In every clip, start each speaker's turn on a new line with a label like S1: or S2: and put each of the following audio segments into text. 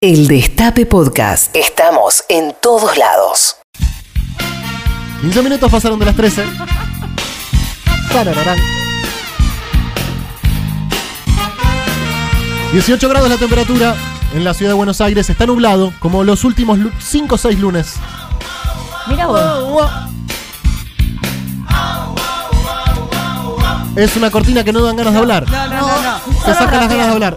S1: El Destape Podcast. Estamos en todos lados.
S2: 15 minutos pasaron de las 13. Tarararán. 18 grados la temperatura en la ciudad de Buenos Aires. Está nublado como los últimos 5 o 6 lunes.
S3: Mira vos.
S2: Es una cortina que no dan ganas de hablar.
S3: No, no, no. no.
S2: Te saca las ganas de hablar.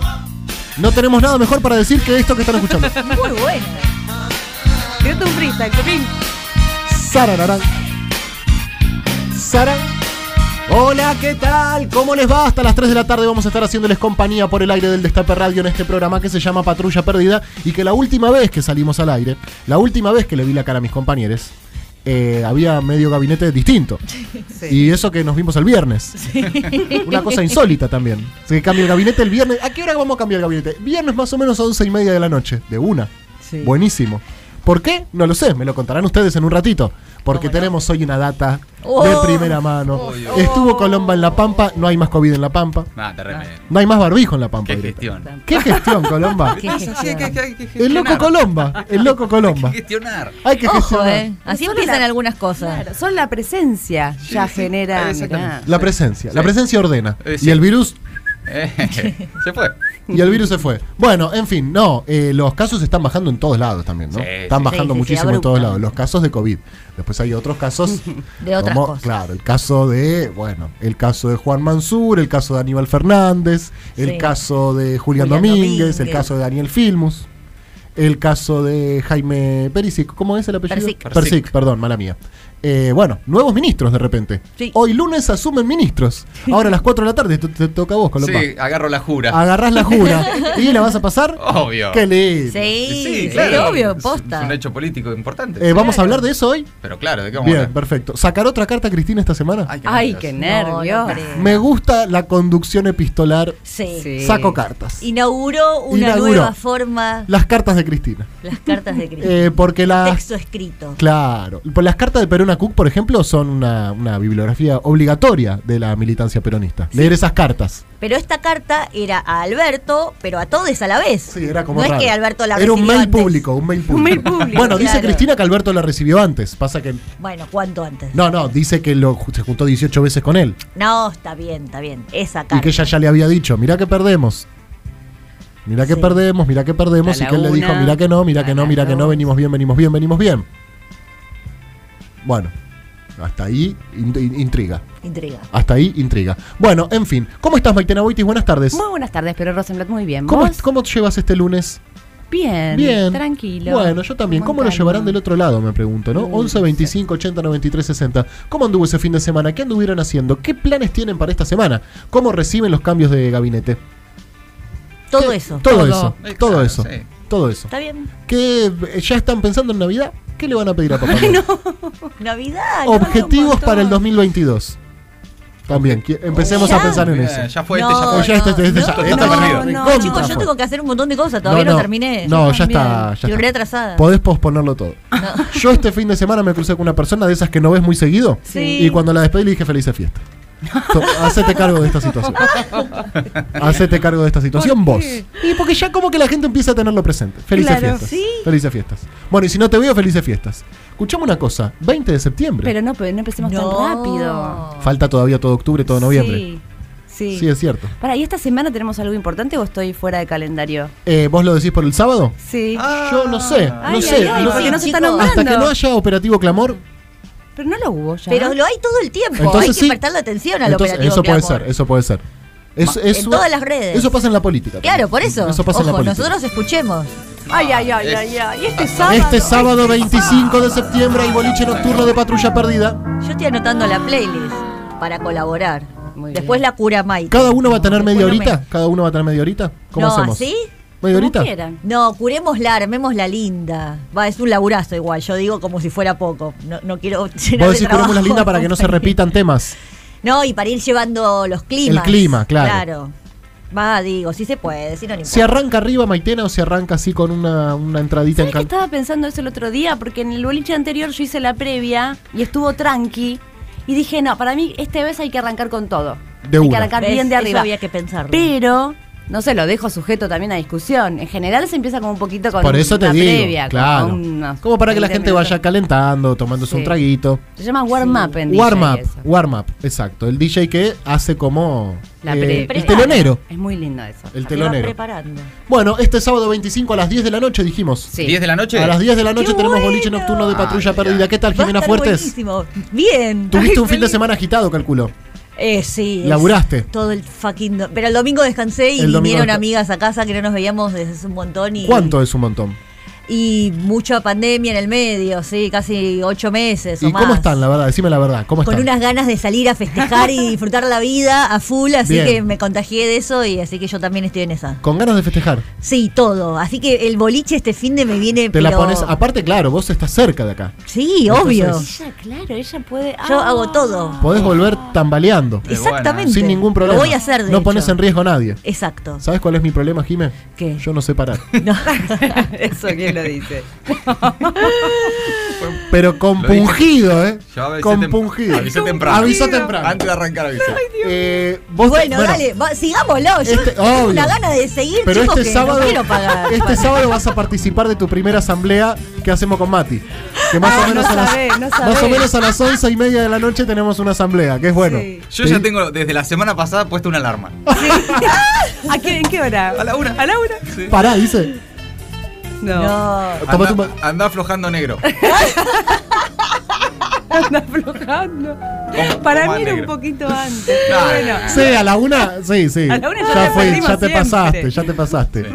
S2: No tenemos nada mejor para decir que esto que están escuchando.
S3: Muy buena. Tirate un freestyle, Copín.
S2: Sarararán. Sarán. Hola, ¿qué tal? ¿Cómo les va? Hasta las 3 de la tarde vamos a estar haciéndoles compañía por el aire del Destape Radio en este programa que se llama Patrulla Perdida y que la última vez que salimos al aire, la última vez que le vi la cara a mis compañeros, eh, había medio gabinete distinto. Y eso que nos vimos el viernes. Una cosa insólita también. Se cambia el gabinete el viernes. ¿A qué hora vamos a cambiar el gabinete? Viernes más o menos a 11 y media de la noche, de una. Buenísimo. ¿Por qué? No lo sé, me lo contarán ustedes en un ratito. Porque tenemos hoy una data de
S3: Oh.
S2: primera mano. Estuvo Colomba en La Pampa, no hay más COVID en La Pampa.
S4: Nah, Ah, te remedio.
S2: No hay más barbijo en La Pampa.
S4: Qué
S2: directo.
S4: gestión.
S2: ¿Qué gestión, Colomba?
S3: Qué gestión.
S2: el loco Colomba, el loco Colomba.
S4: Hay que gestionar.
S2: Hay que
S3: Ojo,
S2: gestionar.
S3: eh. Así empiezan algunas cosas.
S5: Claro, son la presencia ya genera.
S4: exactamente.
S5: mirá.
S2: La presencia, la
S4: Sí.
S2: presencia ordena.
S4: Eh,
S2: Y
S4: sí.
S2: el virus
S4: Eh, se fue.
S2: y el virus se fue. Bueno, en fin, no, eh, los casos están bajando en todos lados también, ¿no?
S4: Sí,
S2: están
S4: sí.
S2: bajando
S3: Sí, sí, sí,
S2: muchísimo en todos
S3: abrupto.
S2: lados, los casos de COVID. Después hay otros casos
S3: De otras cosas.
S2: claro, el caso de, bueno, el caso de Juan Mansur, el caso de Aníbal Fernández, el
S3: Sí.
S2: caso de Julián,
S3: Julián
S2: Domínguez, el
S3: Domínguez.
S2: caso de Daniel Filmus. El caso de Jaime Perisic, ¿cómo es el apellido?
S3: Persic.
S2: Persic,
S4: Persic.
S2: perdón, mala mía. Eh, bueno, nuevos ministros de repente.
S3: Sí.
S2: Hoy lunes asumen ministros. Ahora a las 4 de la tarde te, te toca a vos, Colomba.
S4: Sí, agarro la jura.
S2: Agarrás la jura y la vas a pasar.
S4: Obvio.
S2: ¡Qué lindo!
S3: Sí, sí, obvio,
S4: Es-
S3: posta.
S4: Es un hecho político importante.
S2: Eh, ¿Vamos a hablar de eso hoy?
S4: Pero claro, ¿de qué vamos a
S2: Bien,
S4: hablar?
S2: perfecto. ¿Sacar otra carta Cristina esta semana?
S5: Ay, qué nervio.
S3: No, no creo.
S2: Me gusta la conducción epistolar.
S3: Sí.
S5: Sí.
S2: Saco cartas.
S3: Inauguró una
S2: Inauguró.
S3: nueva forma
S2: Las cartas de Cristina.
S3: las cartas de Cristo.
S2: Eh, porque las.
S3: Texto escrito.
S2: Claro. Por Las cartas de Perona Cook, por ejemplo, son una, una bibliografía obligatoria de la militancia peronista. Leer esas cartas.
S3: Pero esta carta era a Alberto, pero a todos a la vez.
S2: Sí, era como
S3: No
S2: raro.
S3: es que Alberto la
S2: Era un
S3: recibió
S2: mail
S3: antes.
S2: público, un mail público.
S5: mail público,
S2: bueno, dice
S3: claro.
S2: Cristina que Alberto la recibió antes. Pasa que.
S3: Bueno, ¿cuánto antes?
S2: No, no, dice que lo, se juntó 18 veces con él.
S3: No, está bien, está bien. Esa
S2: Y
S3: carta.
S2: que ella ya le había dicho, mirá que perdemos. Mirá que
S3: Sí.
S2: perdemos, mirá que perdemos.
S5: A
S2: Y
S5: la
S2: que él le dijo,
S5: una,
S2: mirá que no, mirá
S5: a
S2: que no,
S5: las
S2: mirá que no,
S5: dos.
S2: venimos bien, venimos bien, venimos bien. Bueno, hasta ahí in- in- intriga.
S3: Intriga.
S2: Hasta ahí intriga. Bueno, en fin. ¿Cómo estás, Maitena Boitis? Buenas tardes.
S5: Muy buenas tardes, pero Rosenblatt, muy bien.
S2: Pues, ¿Cómo,
S5: ¿Vos?
S2: ¿Cómo llevas este lunes?
S5: Bien,
S2: Bien.
S5: tranquilo.
S2: Bueno, yo también.
S5: Con
S2: ¿Cómo lo
S5: calma.
S2: llevarán del otro lado? Me pregunto, ¿no?
S5: Mm,
S2: 11, 25, 80, 93, 60. ¿Cómo anduvo ese fin de semana? ¿Qué anduvieron haciendo? ¿Qué planes tienen para esta semana? ¿Cómo reciben los cambios de gabinete?
S3: Todo
S2: ¿Qué-
S3: eso.
S2: Todo,
S5: Todo.
S2: eso.
S4: Exacto,
S2: Todo eso.
S4: sí.
S2: Todo eso.
S3: ¿Está bien?
S2: ¿Qué, eh, ¿Ya están pensando en Navidad? ¿Qué le van a pedir a papá? Noel?
S3: Navidad. no, no, un
S2: Objetivos
S3: montón.
S2: para el 2022. También, qui- empecemos
S3: Oh,
S2: a pensar en
S4: Bien,
S2: eso.
S4: Ya fue este,
S3: No,
S4: ya
S2: O
S4: fue.
S2: ya este, este, este,
S3: no,
S2: ya-
S4: no,
S2: este
S4: no,
S2: ya-
S3: no,
S2: recontra
S3: chicos, yo
S2: fue.
S3: tengo que hacer un montón de cosas, todavía no, terminé.
S2: No, ya
S5: también.
S2: está. Ya
S3: Estoy re
S2: está.
S3: atrasada.
S2: Podés posponerlo todo. Yo este fin de semana me crucé con una persona de esas que no ves muy seguido.
S3: Sí.
S2: Y cuando la despedí le dije feliz fiesta. To- Hacete cargo de esta situación. Hacete cargo de esta situación vos. Y porque ya como que la gente empieza a tenerlo presente. Felices
S5: Claro,
S2: fiestas.
S5: sí.
S2: Felices fiestas. Bueno, y si no te veo, felices fiestas. Escuchame una cosa, 20 de septiembre.
S5: Pero no, pero no empecemos
S3: No.
S5: tan rápido.
S2: Falta todavía todo octubre, todo noviembre.
S5: Sí,
S2: Sí,
S5: sí.
S2: es cierto.
S5: Para, ¿y esta semana tenemos algo importante o estoy fuera de calendario?
S2: Eh, ¿Vos lo decís por el sábado?
S5: Sí.
S2: Yo no sé, Ah, no
S5: Ah. Ay,
S2: sé.
S5: ay, ay,
S2: no-
S5: porque no se está
S3: Chicos,
S5: nombrando.
S2: hasta que no haya operativo clamor,
S5: Pero no lo hubo ya.
S3: Pero lo hay todo el tiempo.
S2: Entonces
S3: hay que
S2: sí.
S3: prestarle atención al
S2: entonces
S3: operativo.
S2: eso puede
S3: Clamor.
S2: ser, eso puede ser. Es-
S3: Ma-
S2: es
S3: en
S2: una-
S3: todas las redes.
S2: Eso pasa en la política.
S3: Claro,
S2: también.
S3: por eso.
S2: Eso pasa en la
S3: Ojo,
S2: política.
S3: nosotros escuchemos.
S5: Ay, ay, ay,
S4: Es-
S5: ay, ay. Y este sábado.
S2: Este sábado 25 de septiembre hay boliche nocturno de patrulla perdida.
S3: Yo estoy anotando la playlist para colaborar.
S5: Muy
S3: Después
S5: bien.
S3: la cura Maite.
S2: Cada uno va a tener
S3: Después
S2: media
S3: no me-
S2: horita. Cada uno va a tener media horita. ¿Cómo
S3: no,
S2: hacemos?
S3: ¿así?
S2: ¿Media
S5: Como
S2: horita?
S5: quieran.
S3: No, curémosla, armémosla linda. Va, es un laburazo igual, yo digo como si fuera poco. No, no quiero llenar
S2: Vos
S3: de
S2: decís
S3: trabajo.
S2: curamos las lindas para que no se repitan temas.
S3: No, y para ir llevando los climas.
S2: El clima, claro.
S3: Claro. Va, digo, si se puede, si no, no
S2: ¿Se
S3: importa.
S2: arranca arriba Maitena o se arranca así con una, una entradita en
S5: ¿Sabes que
S2: cal...
S5: estaba pensando eso el otro día? Porque en el boliche anterior yo hice la previa y estuvo tranqui. Y dije, no, para mí esta vez este hay que arrancar con todo.
S2: De
S5: hay
S2: una.
S5: que arrancar
S3: ¿Ves?
S5: bien de
S3: Eso
S5: arriba.
S3: había que pensarlo.
S5: Pero no sé, lo dejo sujeto también a discusión. En general se empieza como un poquito con
S2: Por eso te
S5: una
S2: digo,
S5: previa, con
S2: claro.
S5: unos
S2: como para que la
S5: 20
S2: gente
S5: minutos.
S2: vaya calentando, tomándose un
S5: Sí.
S2: traguito.
S5: Se llama warm up en DJ
S2: Warm up,
S5: eso.
S2: warm up, exacto. El DJ que hace como
S5: La
S2: eh,
S5: pre-
S2: el
S5: previa.
S2: telonero.
S5: Es muy lindo eso.
S2: El
S3: Te vas
S2: telonero.
S3: preparando.
S2: Bueno, este sábado 25 a las 10 de la noche dijimos.
S5: Sí.
S4: 10 de la noche.
S2: A las 10 de la
S3: ¡Qué
S2: noche tenemos boliche
S3: bueno!
S2: nocturno de patrulla
S4: Ay,
S2: perdida.
S4: mira.
S2: ¿Qué tal,
S3: Va a
S2: Jimena
S3: estar
S2: Fuertes?
S3: buenísimo. Bien.
S2: Tuviste
S3: Ay,
S2: un fin de
S3: feliz.
S2: semana agitado, calculo.
S3: Eh, sí. es
S2: Laburaste.
S3: Todo el fucking. do- Pero el domingo descansé y
S2: El domingo
S3: vinieron
S2: desca-
S3: amigas a casa que no nos veíamos desde hace un montón. Y,
S2: ¿Cuánto es un montón?
S3: Y mucha pandemia en el medio, sí, casi ocho meses o
S2: ¿Y
S3: más.
S2: cómo están, la verdad? Decime la verdad. ¿Cómo
S3: Con
S2: están?
S3: unas ganas de salir a festejar y disfrutar la vida a full, así
S2: Bien.
S3: que me contagié de eso y así que yo también estoy en esa.
S2: Con ganas de festejar.
S3: Sí, todo. Así que el boliche este fin de me viene.
S2: Te la
S3: pero-
S2: pones. Aparte, claro, vos estás cerca de acá.
S3: Sí,
S2: Entonces-
S3: obvio.
S5: Ella, claro, ella puede.
S3: Yo
S5: Ah.
S3: hago todo.
S2: Podés volver tambaleando.
S4: Qué
S3: Exactamente.
S2: Sin ningún problema.
S3: Lo voy a hacer, de
S2: No pones
S3: hecho.
S2: en riesgo a nadie.
S3: Exacto.
S2: ¿Sabes cuál es mi problema, Jimé?
S3: ¿Qué?
S2: Yo no sé parar.
S3: No.
S5: Eso quién lo dice.
S2: Pero compungido, ¿eh?
S4: Yo avisé tem-
S2: Compungido.
S4: Avisé temprano.
S2: Avisó temprano.
S4: Antes de arrancar avisé.
S2: Eh, vos te-
S3: Bueno, dale, va- sigámoslo. Yo
S2: Este-
S3: tengo
S2: obvio.
S3: una gana de seguir,
S2: Pero
S3: chicos,
S2: este
S3: que no
S2: sábado,
S3: quiero pagar.
S2: este sábado vas a participar de tu primera asamblea que hacemos con Mati. Que más,
S5: Ah,
S2: o,
S5: no
S2: menos a las,
S5: sabés, no
S2: más o
S5: sabés.
S2: menos a las once y media de la noche tenemos una asamblea, que es bueno.
S5: Sí.
S4: Yo
S2: Te-
S4: ya tengo desde la semana pasada puesta una alarma.
S5: ¿A qué, ¿En qué hora?
S4: A la una.
S5: ¿A la una?
S4: Sí.
S2: Pará, dice.
S5: No.
S3: No.
S2: Tomate un
S4: Anda,
S2: ba-
S4: anda aflojando negro.
S5: Anda aflojando.
S4: Como-
S5: Para
S4: como
S5: mí era un
S4: negro.
S5: poquito antes. pero
S4: No,
S5: bueno.
S4: no,
S2: Sí, a la una, sí, sí.
S5: A la una ya
S2: ya
S5: nos
S2: fue,
S5: perdimos
S2: ya te
S5: siempre.
S2: pasaste, ya te pasaste.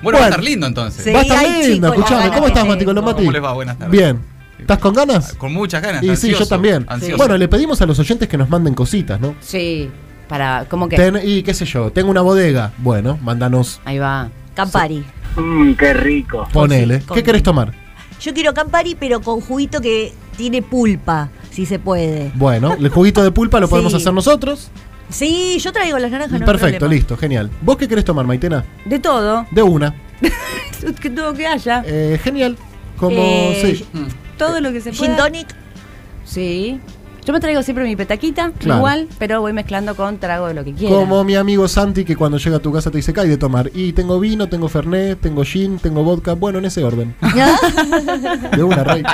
S4: Bueno, va a estar lindo entonces.
S3: Sí.
S2: Va a estar lindo,
S3: Ay, chicos,
S2: escuchame.
S3: las
S2: ¿Cómo
S3: ganas
S2: estás,
S3: que
S2: Mati
S3: tengo.
S2: Colomati?
S4: ¿Cómo les va? Buenas tardes.
S2: Bien. ¿Estás con ganas?
S4: Ah, Con muchas ganas.
S2: Y sí,
S4: ansioso,
S2: yo también.
S4: ansioso.
S2: Bueno, le pedimos a los oyentes que nos manden cositas, ¿no?
S5: Sí. Para, ¿cómo que?
S2: Ten- y qué sé yo, tengo una bodega. Bueno, mándanos,
S5: Ahí va.
S3: Campari.
S6: Mmm, qué rico.
S2: ponele.
S3: con-
S2: ¿Qué querés tomar?
S3: Yo quiero Campari, pero con juguito que tiene pulpa, si se puede.
S2: Bueno, el juguito de pulpa lo podemos
S3: Sí.
S2: hacer nosotros.
S3: Sí, yo traigo las naranjas, no hay
S2: Perfecto,
S3: problema.
S2: listo, genial. ¿Vos qué querés tomar, Maitena?
S5: De todo.
S2: De una.
S5: Que todo que haya.
S2: Eh, genial. Como,
S3: Ah. Eh,
S2: sí.
S4: Mm.
S5: Todo lo que se pueda.
S3: Gin tonic,
S5: Sí. Yo me traigo siempre mi petaquita,
S2: Claro.
S5: igual, pero voy mezclando con trago de lo que quiera.
S2: Como mi amigo Santi que cuando llega a tu casa te dice, ¿qué hay de tomar? Y tengo vino, tengo fernet, tengo gin, tengo vodka. Bueno, en ese orden. De una, rey.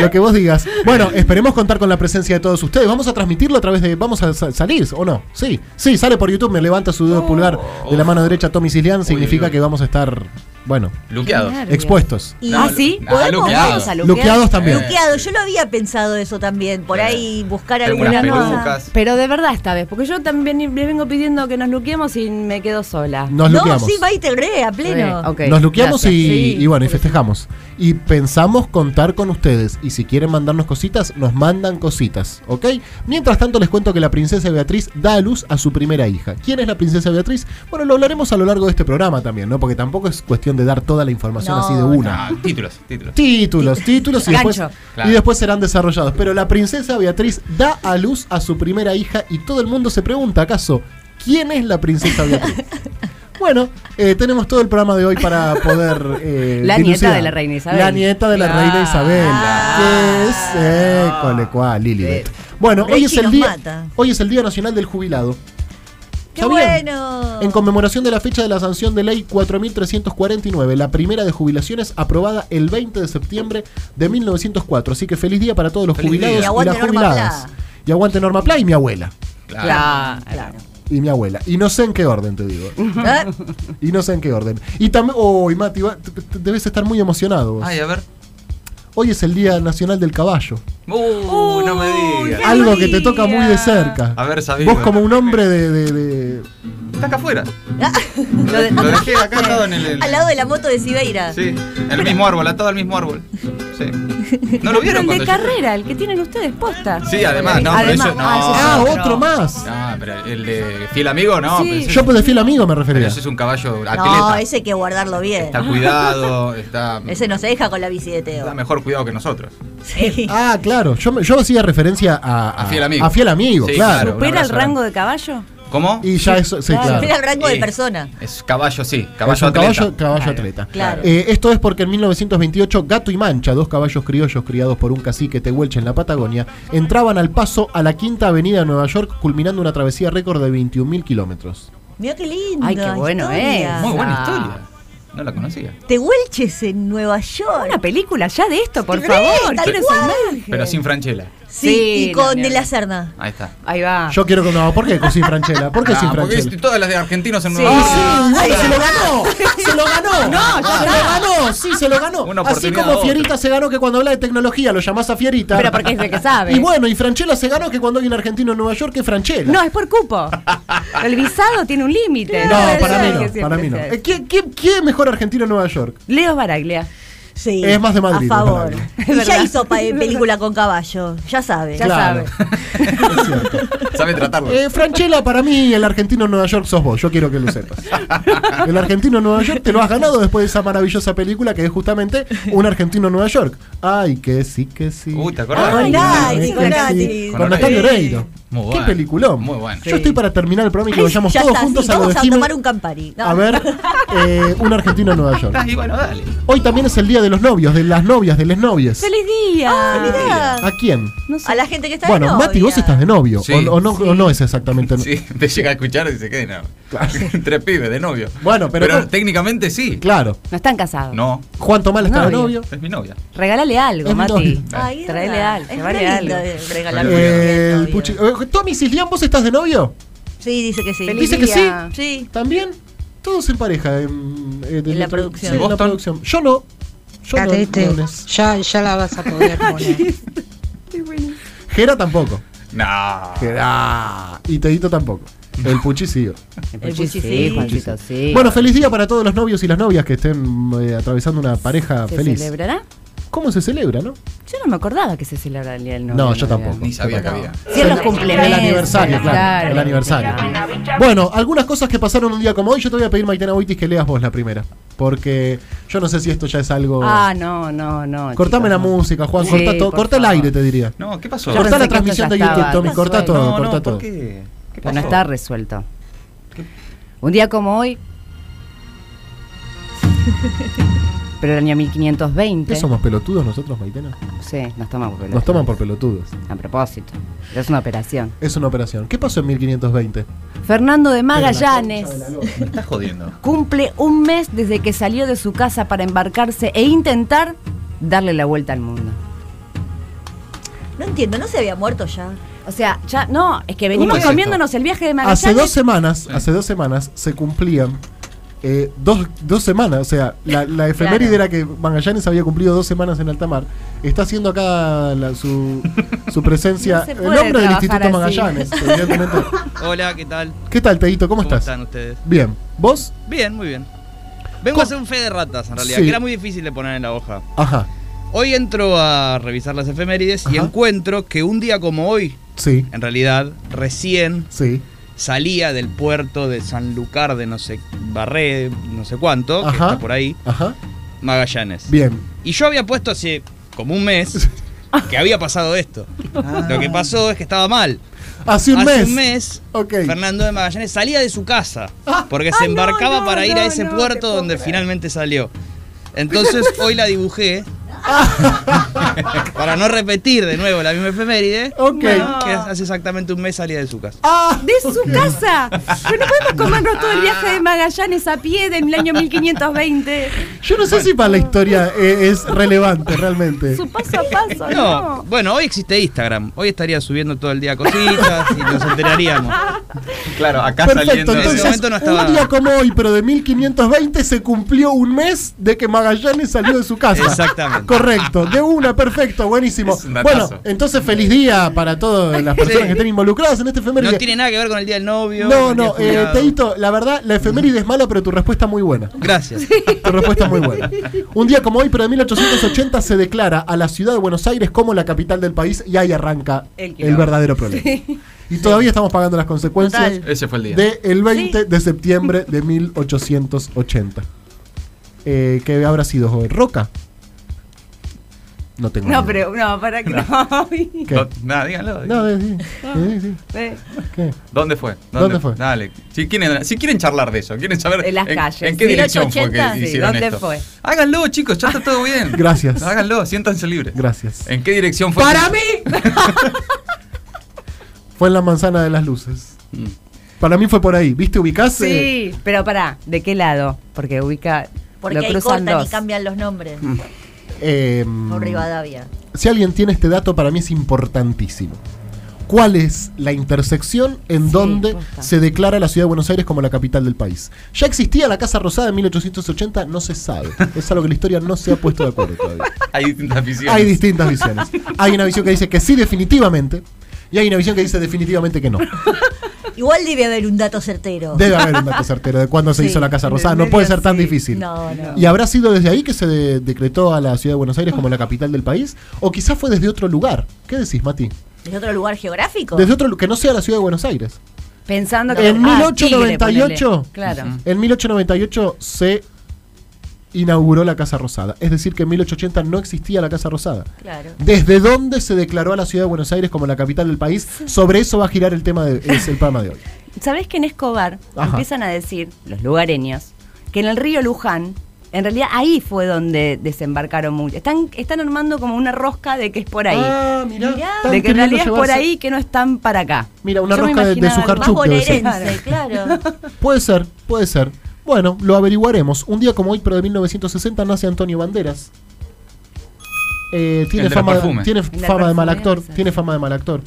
S2: Lo que vos digas. Bueno, esperemos contar con la presencia de todos ustedes. Vamos a transmitirlo a través de... ¿Vamos a sa- salir o no? Sí. Sí, sale por YouTube. Me levanta su dedo pulgar de la mano derecha Tommy Silian. Significa
S4: uy, uy.
S2: que vamos a estar, bueno,
S4: Luqueados.
S5: Claro.
S2: expuestos.
S3: Y-
S5: Ah, sí.
S4: Ah,
S3: ¿Podemos?
S4: luqueados.
S5: Vamos a luquear.
S2: Luqueados también.
S3: Luqueado, yo lo había pensado eso también. Por
S4: Eh,
S3: ahí buscar
S4: tengo
S3: alguna
S4: unas
S3: cosa.
S4: pelucas.
S5: Pero de verdad esta vez, porque yo también les vengo pidiendo que nos luqueemos y me quedo sola.
S2: Nos
S3: no,
S2: luqueamos.
S3: sí, va y te re, a pleno.
S5: Sí, ok,
S2: Nos luqueamos y,
S5: gracias. Sí.
S2: y bueno, y festejamos. Y pensamos contar con ustedes. Y si quieren mandarnos cositas, nos mandan cositas, ¿ok? Mientras tanto, les cuento que la princesa Beatriz da a luz a su primera hija. ¿Quién es la princesa Beatriz? Bueno, lo hablaremos a lo largo de este programa también, ¿no? Porque tampoco es cuestión de dar toda la información
S3: No,
S2: así de una.
S4: Ah, títulos, títulos.
S2: Títulos, títulos y después,
S5: Gancho.
S2: y después serán desarrollados. Pero la princesa Beatriz da a luz a su primera hija y todo el mundo se pregunta, ¿acaso quién es la princesa Beatriz? bueno, eh, tenemos todo el programa de hoy para poder... eh,
S5: La nieta
S2: dilucidar.
S5: de la reina Isabel. Ah.
S2: La nieta de la
S5: Claro.
S2: reina Isabel. que es...
S5: Ah.
S2: eh, cole cual, Lilibet.
S5: Eh,
S2: Bueno, hoy
S3: Rechi
S2: es, el
S3: nos
S2: día,
S3: mata.
S2: hoy es el Día Nacional del Jubilado.
S3: ¡Qué
S2: ¿Sabían?
S3: bueno!
S2: En conmemoración de la fecha de la sanción de ley 4349, la primera de jubilaciones aprobada el 20 de septiembre de 1904. Así que feliz día para todos los
S4: Feliz
S2: jubilados y,
S4: día. Y
S3: aguante
S2: las
S3: Norma
S2: jubiladas.
S3: Pla.
S2: Y aguante Norma Pla y mi abuela.
S5: Claro.
S2: Y mi abuela. Y no sé en qué orden, te digo.
S3: ¿Eh?
S2: Y no sé en qué orden. Y también... Uy, Mati, va- te- te- debes estar muy emocionado vos.
S4: Ay, a ver.
S2: Hoy es el Día Nacional del Caballo.
S4: Uh, no me
S5: Uy,
S4: digas.
S5: ¡Qué
S2: Algo que te
S5: alegría!
S2: toca muy de cerca.
S4: Haber sabido.
S2: Vos como un hombre de... de- de-
S4: Está acá afuera.
S5: Lo de-
S4: Lo dejé acá atado en el. el-
S3: Al lado de la moto de Sibeira.
S4: Sí, en el mismo árbol, atado al mismo árbol. Sí. ¿No lo vieron
S5: el de
S4: cuando yo-
S5: carrera, el que tienen ustedes posta.
S4: Sí, además, no, pero
S5: Además,
S4: eso no.
S5: ah, eso es
S2: Ah,
S5: otro.
S2: otro más.
S4: No, pero el de fiel amigo, no.
S5: Sí.
S4: pero ese-
S2: Yo pues de fiel amigo me
S4: pero
S2: refería.
S4: ese es un caballo atleta.
S3: No, ese hay que guardarlo bien.
S4: Está cuidado, está.
S3: Ese no se deja con la bici de Teo.
S4: Está mejor cuidado que nosotros.
S3: Sí.
S2: Ah, claro. Yo, me- yo hacía referencia a,
S4: A fiel amigo.
S2: a fiel amigo,
S4: Sí,
S2: claro.
S4: Un
S5: ¿Supera el
S4: abrazo
S5: rango de caballo?
S4: ¿Cómo?
S2: Y ya eso, sí, claro.
S3: Mira el rango de
S4: Sí.
S3: persona.
S4: Es caballo, sí.
S2: Es
S4: Caballo
S2: un
S4: atleta.
S2: Caballo, caballo atleta.
S3: claro.
S2: Eh, esto es porque en 1928 Gato y Mancha, dos caballos criollos criados por un cacique tehuelche en la Patagonia, entraban al paso a la Quinta Avenida de Nueva York, culminando una travesía récord de 21.000 kilómetros.
S3: Mira qué lindo.
S6: Ay, qué bueno
S3: historia.
S6: es.
S4: Muy buena
S6: Ah.
S4: historia. No la conocía.
S3: Te huelches en Nueva York.
S6: Una película ya de esto, por
S3: Sí,
S6: favor.
S3: tal
S6: Quiero esa
S3: cual.
S6: imagen.
S4: Pero sin Franchella.
S3: sí,
S6: Sí,
S3: y con
S6: no,
S3: De la
S6: no.
S3: Serna.
S4: Ahí está.
S6: Ahí va.
S2: Yo quiero que no. ¿Por qué con sin Franchella? ¿Por qué sin
S4: Ah, porque
S2: Franchella?
S4: es- todas las de argentinos en
S6: Sí.
S4: Nueva York.
S2: Sí, güey, se lo ganó, se lo ganó.
S6: No, ya
S2: se lo ganó, sí, se lo ganó.
S4: Una
S2: Así
S4: oportunidad
S2: como
S4: a otra.
S2: Fierita se ganó que cuando habla de tecnología lo llamás a Fierita.
S6: Pero porque es de que sabe.
S2: Y bueno, y Franchella se ganó que cuando hay un argentino en Nueva York es Franchella.
S6: No, es por cupo. El visado tiene un límite.
S2: No, para
S6: Eso
S2: mí
S6: hay que
S2: no,
S6: siempre
S2: para mí no.
S6: ser.
S2: Eh, ¿Quién, quién, quién es mejor argentino en Nueva York?
S6: Leo Baraglia.
S3: Sí.
S2: Es más de Madrid,
S3: A
S2: es
S3: favor.
S2: verdad.
S6: Es
S3: Y ya
S6: verdad.
S3: hizo pa- eh, película con caballo. Ya sabe.
S6: Ya
S2: Claro. Es cierto.
S4: Sabe tratarlo.
S2: Eh, Franchella, para mí, el argentino en Nueva York sos vos. Yo quiero que lo sepas. El argentino en Nueva York te lo has ganado después de esa maravillosa película que es justamente Un argentino en Nueva York. Ay, que sí, que sí.
S4: Uy, ¿te acordás?
S2: Ay,
S3: Ay,
S2: que
S3: sí,
S2: sí,
S3: con
S2: que
S3: Nati.
S2: sí.
S4: Con
S2: Con
S4: Nati.
S2: Natalia Oreiro.
S4: Muy
S2: Qué
S4: bueno.
S2: peliculón.
S4: Muy bueno.
S2: Yo estoy para terminar el programa y que
S3: Ay,
S2: vayamos
S3: ya
S2: todos
S3: está,
S2: juntos
S3: sí,
S2: a lo
S3: vamos
S2: de
S3: a
S2: Jimmy
S3: tomar un Campari. No.
S2: a ver eh, Un argentino en Nueva York.
S4: Ah, y bueno, dale.
S2: Hoy también es el día de los novios, de las novias, de les novias.
S5: ¡Feliz día!
S3: Mirá,
S2: ¿A quién?
S5: No sé.
S3: Ah, A la gente que está de
S2: Bueno,
S3: novia.
S2: Mati, vos estás de novio.
S4: Sí.
S2: o, o no, o no es exactamente.
S4: Sí, te llega a escuchar y dice que no. Tres pibes de novio.
S2: Bueno, pero no-
S4: técnicamente sí.
S2: Claro.
S6: No están casados.
S4: No,
S2: Juan Tomal está de novio.
S6: Novio.
S4: es mi novia.
S6: Regálale algo,
S2: Es
S6: Mati.
S2: novio.
S3: Ay, es
S6: Traele
S3: verdad.
S6: algo,
S3: Es
S6: llevale
S3: re lindo
S6: algo.
S3: de regalarle
S2: Eh,
S3: algo
S2: el
S3: al
S2: Puchi-
S3: novio.
S2: eh, Tommy Cislián, ¿vos estás de novio?
S3: Sí, dice que sí.
S6: Feliz
S2: Dice que sí.
S6: día.
S3: Sí.
S2: ¿También? Todos en pareja. En, eh, de-
S3: En la
S2: de-
S3: producción.
S2: sí, en la
S4: ¿Boston?
S2: producción. Yo no. Yo no.
S7: Catete,
S2: leones.
S7: ya, ya la vas a poder poner.
S2: Gera tampoco.
S4: No.
S2: Gera. Y Tedito tampoco. El Puchi sí.
S6: El
S3: El
S6: Puchi
S3: Puchi
S6: sí,
S3: sí.
S6: Juancito sí.
S2: Bueno, feliz día para todos los novios y las novias que estén eh, atravesando una pareja
S6: ¿Se
S2: feliz.
S6: celebrará?
S2: ¿Cómo se celebra, no?
S6: Yo no me acordaba que se celebra el Día del Novio.
S2: No, yo
S6: en realidad.
S2: tampoco.
S4: Ni sabía que había.
S6: Sí, en los cumpleaños.
S2: El aniversario, claro.
S6: Claro.
S2: El aniversario. Bueno, algunas cosas que pasaron un día como hoy. Yo te voy a pedir, Maitena Boitis, que leas vos la primera. Porque yo no sé si esto ya es algo.
S6: Ah, no, no, no.
S2: Cortame
S6: chicos,
S2: la
S6: no.
S2: música, Juan.
S6: Sí,
S2: corta todo,
S6: por
S2: corta el
S6: favor.
S2: aire, te diría.
S4: No, ¿qué pasó?
S6: Yo
S2: corta
S6: pensé
S2: la
S6: que esto
S2: transmisión
S6: ya
S2: de YouTube,
S6: estaba
S2: Tommy.
S6: resuelto.
S2: Corta todo,
S4: no,
S2: corta
S4: no,
S2: todo.
S4: ¿por qué? ¿Qué
S6: Pero no
S4: pasó?
S6: está resuelto. Un día como hoy. Pero el año 1520.
S2: ¿Qué somos pelotudos nosotros, Maitena?
S6: Sí, nos toman por pelotudos.
S2: Nos toman por pelotudos.
S6: A propósito. Pero es una operación.
S2: Es una operación. ¿Qué pasó en 1520?
S6: Fernando de Magallanes.
S4: Me está jodiendo.
S6: cumple un mes desde que salió de su casa para embarcarse e intentar darle la vuelta al mundo.
S3: No entiendo, no se había muerto ya.
S6: O sea, ya no, es que venimos
S4: mes esto.
S6: comiéndonos el viaje de Magallanes.
S2: Hace dos semanas, hace dos semanas se cumplían eh, dos, dos semanas, o sea, la, la efeméride era que Magallanes había cumplido dos semanas en alta mar. Está haciendo acá la- su, su presencia
S6: No se
S2: el
S6: puede
S2: hombre del
S6: trabajar
S2: Instituto
S6: así.
S2: Magallanes, evidentemente.
S8: Hola, ¿qué tal?
S2: ¿Qué tal, Teito? ¿Cómo, estás?
S8: están ustedes?
S2: Bien. ¿Vos?
S8: Bien, muy bien. Vengo
S2: ¿Cómo?
S8: a hacer un fe de ratas, en realidad,
S2: Sí.
S8: que era muy difícil de poner en la hoja.
S2: Ajá.
S8: Hoy entro a revisar las efemérides y
S2: Ajá.
S8: encuentro que un día como hoy,
S2: Sí,
S8: en realidad, recién
S2: sí.
S8: salía del puerto de Sanlúcar de no sé, Barré, no sé cuánto, que
S2: Ajá.
S8: está por ahí,
S2: Ajá.
S8: Magallanes.
S2: Bien.
S8: Y yo había puesto hace como un mes que había pasado esto.
S2: Ah.
S8: Lo que pasó es que estaba mal.
S2: Hace un
S8: Hace
S2: mes.
S8: un mes,
S2: Ok.
S8: Fernando de Magallanes salía de su casa porque se
S6: Ay, no,
S8: embarcaba
S6: no,
S8: para ir
S6: no,
S8: a ese
S6: no, te
S8: puerto
S6: puedo
S8: donde
S6: creer.
S8: finalmente salió. Entonces hoy la dibujé para no repetir de nuevo la misma efeméride.
S2: Ok.
S8: Que hace exactamente un mes salía de su casa.
S2: Ah,
S6: ¡De su casa! Pero no podemos comernos todo el viaje de Magallanes a pie del año 1520.
S2: yo no sé si para la historia eh, es relevante realmente.
S6: Su paso a paso,
S8: No,
S6: ¿no?
S8: bueno, hoy existe Instagram. Hoy estaría subiendo todo el día cositas y nos enteraríamos.
S4: Claro, acá
S2: Perfecto,
S4: saliendo de-
S8: ese
S2: entonces
S8: momento no estaba-
S2: un día como hoy, pero de 1520 se cumplió un mes de que Magallanes salió de su casa.
S8: Exactamente.
S2: Correcto, de una, perfecto, buenísimo.
S4: Es un datazo.
S2: Bueno, entonces feliz día para todas las personas
S8: Sí.
S2: que estén involucradas en este efeméride.
S8: No tiene nada que ver con el día del novio.
S2: no,
S8: el día
S2: no,
S8: del
S2: eh,
S8: jubilado.
S2: Teito, la verdad, la efeméride es mala, pero tu respuesta es muy buena.
S8: Gracias.
S2: Tu respuesta es muy buena. Un día como hoy, pero de 1880 se declara a la ciudad de Buenos Aires como la capital del país y ahí arranca el,
S6: El quilombo.
S2: verdadero problema. Y todavía estamos pagando las consecuencias
S3: Total.
S4: Ese fue el día.
S2: del 20 de septiembre de 1880. Eh, ¿Qué habrá sido? joven? ¿Roca? No tengo
S6: No,
S2: idea.
S6: pero no, para que no.
S2: ¿Qué?
S4: Do- Nada, díganlo.
S2: No, eh, sí, eh, sí.
S6: Eh,
S2: ¿Qué?
S4: ¿Dónde fue?
S2: ¿Dónde fue?
S4: Dale. Si quieren, si quieren charlar de eso, quieren saber
S6: En las
S4: en,
S6: calles,
S4: en qué
S6: sí.
S4: dirección fue que
S6: 1880, sí,
S4: hicieron
S6: ¿dónde
S4: esto.
S6: fue?
S4: Háganlo, chicos, ya está todo bien.
S2: Gracias.
S4: Háganlo, siéntanse libres.
S2: Gracias.
S4: ¿En qué dirección fue? ¡Para mí! Mm.
S2: Fue en la manzana de las luces. Para mí fue por ahí. ¿Viste? Ubicás. eh,
S6: Sí, pero pará, ¿de qué lado? Porque ubica.
S3: Porque
S6: lo
S3: ahí
S6: cruzan
S3: cortan
S6: dos.
S3: y cambian los nombres.
S2: eh,
S3: Por Rivadavia.
S2: si alguien tiene este dato, para mí es importantísimo. ¿Cuál es la intersección en donde
S6: posta.
S2: se declara la ciudad de Buenos Aires como la capital del país? ¿Ya existía la Casa Rosada en 1880? No se sabe. Es algo que la historia no se ha puesto de acuerdo todavía.
S4: Hay distintas visiones.
S2: Hay distintas visiones. Hay una visión que dice que sí, definitivamente. Y hay una visión que dice definitivamente que no.
S3: Igual debe haber un dato certero.
S2: Debe haber un dato certero de cuándo se
S6: Sí,
S2: hizo la Casa
S6: en el
S2: Rosada. No
S6: medio
S2: puede ser tan
S6: sí.
S2: difícil.
S3: No, no.
S2: ¿Y habrá sido desde ahí que se de- decretó a la ciudad de Buenos Aires como la capital del país? ¿O quizás fue desde otro lugar? ¿Qué decís, Mati?
S3: ¿Es otro lugar geográfico?
S2: Desde otro lu- que no sea la ciudad de Buenos Aires.
S6: Pensando que.
S2: En
S6: ah,
S2: 1898.
S6: Tigre, ponele. claro.
S2: En 1898 se inauguró la Casa Rosada. Es decir, que en 1880 no existía la Casa Rosada.
S3: Claro.
S2: ¿Desde dónde se declaró a la ciudad de Buenos Aires como la capital del país? Sobre eso va a girar el tema de, es el programa de hoy.
S6: ¿Sabés que en Escobar
S2: Ajá.
S6: empiezan a decir, los lugareños, que en el río Luján, en realidad ahí fue donde desembarcaron muchos. Están, están armando como una rosca de que es por ahí.
S2: Ah, mirá. están
S6: de que en
S2: queriendo
S6: realidad es por
S2: llevarse-
S6: ahí que no están para acá.
S2: Mira, una
S6: Yo me
S2: rosca de, de
S6: imaginaba
S2: su
S6: algo más
S3: Más
S2: jarchuc debe ser.
S3: bonaerense, claro.
S2: Puede ser, puede ser. Bueno, lo averiguaremos. Un día como hoy, pero de 1960, nace Antonio Banderas. Eh, tiene,
S4: El de los
S2: fama, de,
S4: perfumes.
S2: tiene
S6: de
S2: fama de mal
S6: perfumes,
S2: actor.
S6: sí.
S2: Tiene fama de mal actor.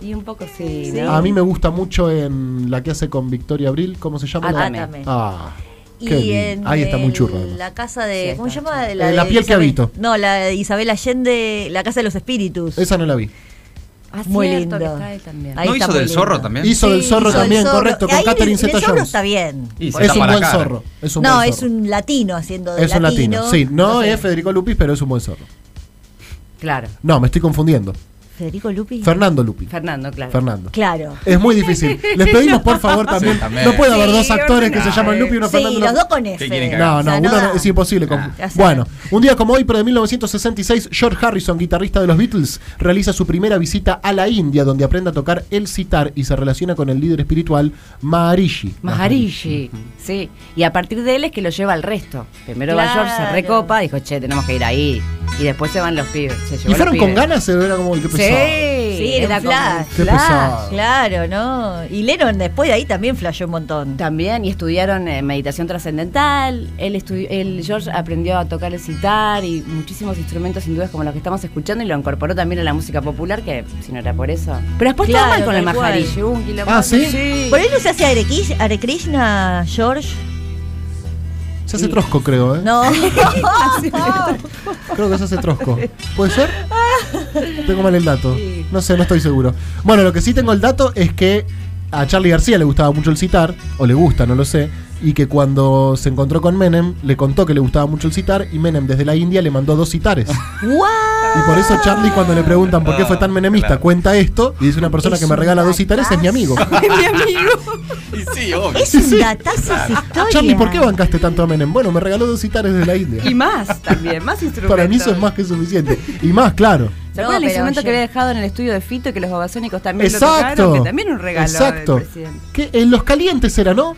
S6: Y un poco sí, ¿no?
S2: A mí me gusta mucho en la que hace con Victoria Abril. ¿Cómo se llama? La-
S3: Atame.
S2: Ah, qué
S3: Y
S2: lindo.
S3: en eh,
S2: ahí está muy
S3: el-
S2: churro. además.
S3: La casa de.
S6: Sí,
S3: ¿Cómo se
S6: está
S3: llama?
S2: Eh, La piel que
S3: Isabel-
S2: habito.
S3: No, la de Isabel Allende, la casa de los espíritus.
S2: Esa no la vi.
S6: Ah,
S3: Muy lindo.
S6: cierto, que está él también.
S3: Ahí
S4: ¿No
S3: está
S4: hizo
S3: muy
S4: del
S3: lindo.
S4: zorro también?
S2: Hizo del zorro
S3: Hizo el
S2: también,
S3: zorro.
S2: correcto, con
S3: Ahí en el-
S2: Catherine
S3: en el
S2: Zeta
S3: zorro
S2: Jones.
S3: está bien.
S4: Y se
S2: Es
S4: tapa
S2: un
S4: la
S2: buen
S4: cara.
S2: zorro. Es un
S3: No,
S2: buen
S3: es
S2: zorro.
S3: un latino haciendo de
S2: Es un latino. Sí, no,
S3: sé.
S2: es Federico Lupi, pero es un buen zorro.
S6: Claro.
S2: No, me estoy confundiendo.
S3: Federico Lupi.
S2: eh, Fernando Lupi.
S6: Fernando, claro.
S2: Fernando.
S3: Claro.
S2: Es muy difícil. Les pedimos por favor también.
S4: también.
S2: No puede haber
S6: Sí,
S2: dos actores que se
S6: ordinario.
S2: llaman Lupi y uno
S3: Sí,
S2: Fernando.
S3: los
S2: no-
S3: dos con F.
S4: quieren cagar?
S2: No,
S3: O sea,
S2: no, uno no-
S3: da.
S2: es imposible. con-
S3: Ya sé.
S2: Bueno, un día como hoy, pero de 1976, George Harrison, guitarrista de los Beatles, realiza su primera visita a la India, donde aprende a tocar el sitar y se relaciona con el líder espiritual Maharishi.
S6: Maharishi, sí. Y a partir de él es que lo lleva al resto. Primero va
S3: Claro.
S6: George, se recopa, dijo, che, tenemos que ir ahí. Y después se van los pibes. Se llevó
S2: ¿Y
S6: a los
S2: fueron con
S6: pibes.
S2: ganas? Se era como que
S6: Sí,
S3: Sí, era un
S6: como-
S3: flash.
S2: Qué pesado.
S3: Claro, ¿no? Y Lennon después de ahí también flasheó un montón.
S6: También, y estudiaron eh, meditación trascendental. Él estu- él, George aprendió a tocar el sitar y muchísimos instrumentos hindúes como los que estamos escuchando y lo incorporó también a la música popular, que si no era por eso. Pero después
S3: Claro,
S6: todo mal con el
S3: tal cual.
S6: Maharishi. hubo un quilombo.
S2: Ah, ¿sí?
S3: ¿Por ahí no se hace Hare Kris- Hare Krishna, George?
S2: Se hace trosco, creo, ¿eh?
S3: No.
S2: Creo que se hace trosco. ¿Puede ser? Tengo mal el dato. No sé, no estoy seguro. Bueno, lo que sí tengo el dato es que a Charlie García le gustaba mucho el citar, o le gusta, no lo sé, y que cuando se encontró con Menem, le contó que le gustaba mucho el citar, y Menem desde la India le mandó dos citares. Y
S3: ¡Guau!
S2: por eso Charlie, cuando le preguntan por qué fue tan menemista,
S4: Claro.
S2: cuenta esto, y dice una persona
S3: Es
S2: que me
S3: un
S2: regala dos citares, es mi amigo.
S4: Y sí, obvio.
S3: Es un datazo esa historia.
S2: Ah, Charlie, ¿por qué bancaste tanto a Menem? Bueno, me regaló dos citares desde la India.
S6: Y más también, más instrumentos.
S2: Para mí eso es más que suficiente. Y más, claro.
S6: ¿Se
S3: No,
S6: acuerdan el
S3: pero
S6: instrumento que
S3: yo-
S6: había dejado en el estudio de Fito y que los babasónicos también lo
S2: Exacto.
S6: tocaron? Que también un regalo
S2: Exacto.
S6: del presidente.
S2: Que en los calientes era, ¿no?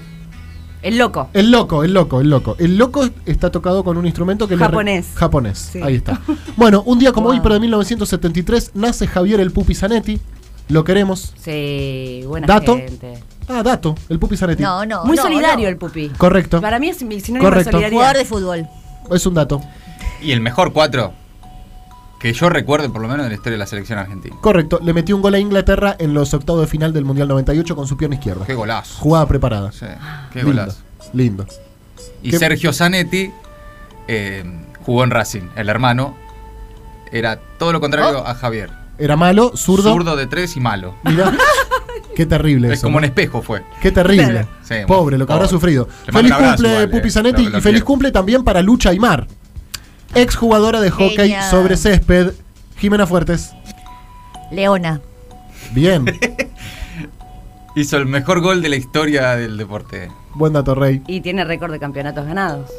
S6: El loco.
S2: El loco, el loco, el loco. El loco está tocado con un instrumento que le re-
S6: Japonés.
S2: japonés,
S6: Sí.
S2: ahí está. Bueno, un día como hoy,
S3: Wow.
S2: pero de 1973, nace Javier el Pupi Zanetti. Lo queremos.
S6: Sí, buena
S2: Dato.
S6: gente.
S2: Ah, dato, el Pupi Zanetti.
S3: No, no.
S6: Muy
S3: no,
S6: solidario
S3: no.
S6: el pupi.
S2: Correcto.
S6: Para mí es mi sinónimo
S2: Correcto.
S6: de solidaridad.
S3: Jugador de fútbol.
S2: Es un dato.
S4: Y el mejor cuatro que yo recuerdo, por lo menos, de la historia de la selección argentina.
S2: Correcto. Le metió un gol a Inglaterra en los octavos de final del Mundial 98 con su pierna izquierda.
S4: Qué golazo.
S2: Jugada preparada.
S4: Sí,
S6: Ah.
S4: qué
S2: Lindo,
S4: golazo.
S2: Lindo.
S4: Y
S2: Qué-
S4: Sergio Zanetti eh, jugó en Racing. El hermano era todo lo contrario a Javier.
S2: Era malo, ¿Ah? zurdo.
S4: Zurdo de tres y malo.
S2: Mirá. Qué terrible
S4: Es
S2: eso.
S4: como
S2: ¿no?
S4: un espejo fue.
S2: Qué terrible.
S4: Sí, bueno,
S2: pobre, lo que habrá
S4: pobre.
S2: sufrido.
S4: Le mando
S2: Feliz
S4: un abrazo
S2: cumple,
S4: igual,
S2: Pupi
S4: eh.
S2: Zanetti,
S4: Lo- lo
S2: y feliz
S4: quiero.
S2: cumple también para Lucha Aymar, ex jugadora de hockey
S3: Genia.
S2: sobre césped, Jimena Fuertes.
S3: Leona.
S2: Bien,
S4: Hizo el mejor gol de la historia del deporte.
S2: buen dato, Rey.
S6: Y tiene récord de campeonatos ganados.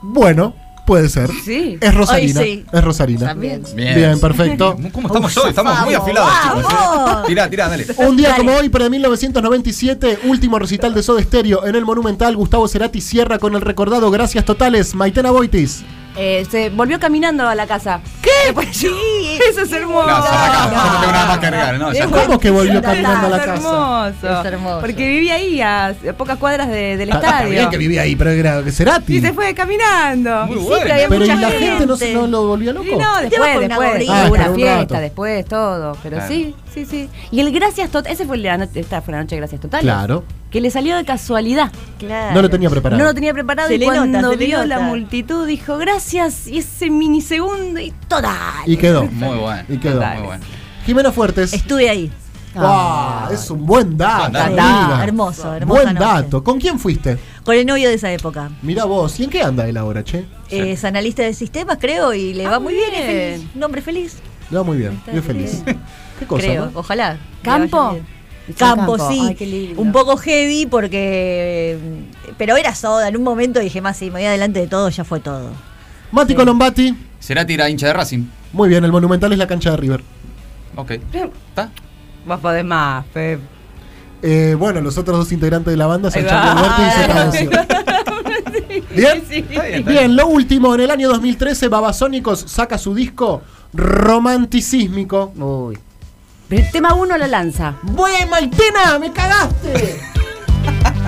S2: Bueno, puede ser.
S6: Sí.
S2: Es Rosarina.
S3: Hoy sí.
S2: Es Rosarina.
S6: También.
S2: Bien,
S4: Bien.
S2: perfecto.
S4: ¿Cómo estamos hoy? Estamos muy afilados, chicos. eh.
S3: ¡Vamos!
S4: Tirá, tirá, dale.
S2: Un día como hoy, pero de 1997, último recital de Soda Stereo en el Monumental, Gustavo Cerati cierra con el recordado Gracias Totales, Maitena Boitis.
S6: Eh, se volvió caminando a la casa. ¿Qué?
S3: Sí,
S6: Eso es hermoso.
S4: No, se acaba. Yo no tengo nada más que agregar. No, ya está.
S2: ¿Cómo que volvió
S3: Total,
S2: caminando a la
S6: es
S2: casa?
S6: hermoso.
S3: Es hermoso.
S6: Porque vivía ahí a, a pocas cuadras de- del
S2: Está- está bien
S6: estadio.
S2: que vivía ahí, pero era Cerati.
S6: Y se fue caminando.
S8: Muy
S6: Y sí,
S8: bueno.
S6: pero había
S2: Pero ¿y
S6: mucha
S2: la gente no, se-
S3: gente.
S2: no lo volvió loco?
S6: Y no,
S3: Te vas
S6: después,
S3: por una
S6: después.
S3: gorrita.
S2: Ah,
S6: una
S2: por un
S6: fiesta,
S2: rato.
S6: después, todo. Pero
S4: Claro.
S6: sí, sí, sí. Y el Gracias Total, ese fue la noche, esta fue la noche de Gracias Total.
S2: Claro.
S6: Que le salió de casualidad.
S3: claro.
S2: No lo tenía preparado.
S6: No lo tenía preparado
S3: Se
S6: y
S3: le nota,
S6: cuando
S3: se le
S6: vio la
S3: nota.
S6: multitud dijo gracias y ese minisegundo y total.
S2: Y quedó.
S4: Muy bueno.
S2: Y quedó.
S4: Muy bueno.
S2: Jimena Fuertes.
S3: Estuve ahí.
S2: Guau, es un buen dato.
S4: Buen dato.
S2: amiga.
S3: Hermoso, hermosa
S2: Buen
S3: noche.
S2: dato. ¿Con quién fuiste?
S3: Con el novio de esa época.
S2: Mira vos, ¿y en qué anda él ahora, che?
S3: Es analista de sistemas, creo, y le
S6: Ah,
S3: va muy
S6: muy
S3: bien. es
S6: bien.
S3: feliz, Un hombre feliz,
S2: Le va muy bien, yo feliz. Qué cosa,
S3: creo.
S2: ¿no?
S3: Ojalá. le vaya
S6: ¿Campo?
S3: bien. Campo, sí.
S6: Ay, qué lindo.
S3: Un poco heavy porque. Pero era soda. En un momento dije, más, si me voy adelante de todo, ya fue todo.
S2: Mati Colombati.
S4: Será tira hincha de Racing.
S2: Muy bien, el Monumental es la cancha de River.
S4: Ok. ¿Está?
S6: Vos podés más, Pep.
S2: Eh, bueno, los otros dos integrantes de la banda son
S6: Ahí
S2: Charlie
S6: va.
S2: Alberto y Zeta Bosio. ¿Bien?
S4: Está bien, está bien.
S2: Bien, lo último, en el año 2013, Babasónicos saca su disco Romanticísmico. Uy.
S6: Pero el tema uno la lanza.
S2: ¡Bue, Maitena! ¡Me cagaste!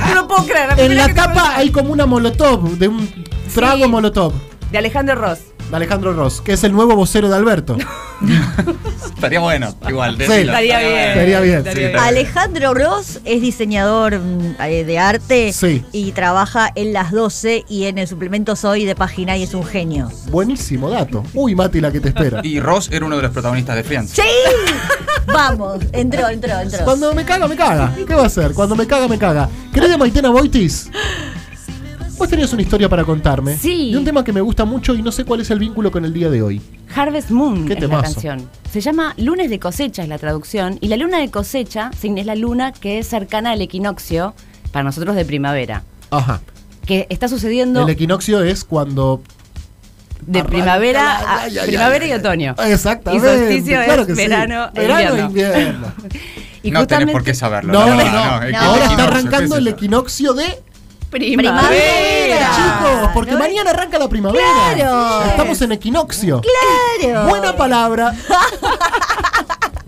S6: No lo puedo creer.
S2: en
S6: primera
S2: la
S6: que te
S2: tapa hay como una molotov, de un trago
S6: Sí.
S2: molotov,
S6: pasa. De Alejandro Ross.
S2: de Alejandro Ross, que es el nuevo vocero de Alberto.
S4: Estaría bueno. Igual.
S2: Sí.
S4: decilo.
S6: Estaría bien.
S2: Estaría bien.
S4: Sí, estaría bien.
S3: Alejandro Ross es diseñador mm, eh, de arte
S2: Sí.
S3: y trabaja en las 12 y en el suplemento Soy de página y es un genio.
S2: Buenísimo dato. Uy, Mati, la que te espera.
S4: Y Ross era uno de los protagonistas de Friends.
S3: ¡Sí! Vamos, entró, entró, entró.
S2: Cuando me caga, me caga. ¿Qué va a hacer? Cuando me caga, me caga. ¿Crees de Maitena Boitis? Vos tenías una historia para contarme.
S6: Sí.
S2: Y un tema que me gusta mucho y no sé cuál es el vínculo con el día de hoy.
S6: Harvest Moon
S2: Qué
S6: es la
S2: temazo.
S6: canción. Se llama Lunes de cosecha es la traducción y la luna de cosecha sí, es la luna que es cercana al equinoccio para nosotros de primavera,
S2: Ajá.
S6: que está sucediendo
S2: El equinoccio es cuando.
S6: de
S2: arranca-
S6: primavera a
S2: Ay, ay, ay,
S6: primavera
S2: ay,
S6: y
S2: ay.
S6: otoño.
S2: Exactamente.
S6: Y solsticio
S2: claro
S6: es
S2: que sí.
S6: verano e
S2: Verano e
S6: invierno.
S2: invierno.
S6: Y
S4: no tenés
S6: justamente
S4: por qué saberlo.
S2: No,
S4: la
S2: no,
S4: verdad,
S2: no.
S4: el
S2: Ahora está
S4: equinoccio,
S2: arrancando
S4: ¿qué
S2: el
S4: es eso?
S2: equinoccio de
S3: Primavera.
S2: chicos, porque
S3: ¿no?
S2: mañana arranca la primavera.
S3: Claro.
S2: Estamos en equinoccio.
S3: Claro.
S2: Buena palabra.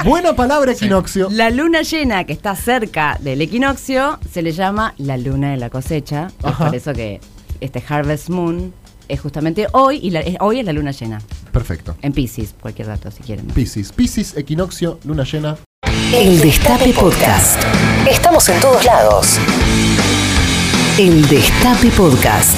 S2: Buena palabra equinoccio.
S6: La luna llena que está cerca del equinoccio se le llama la luna de la cosecha. y Es
S2: Ajá.
S6: por eso que este Harvest Moon es justamente hoy y la- es- hoy es la luna llena.
S2: Perfecto.
S6: En Pisces, cualquier dato si quieren.
S2: Piscis, Piscis, equinoccio, luna llena.
S1: El Destape Podcast. Estamos en todos lados. El Destape Podcast.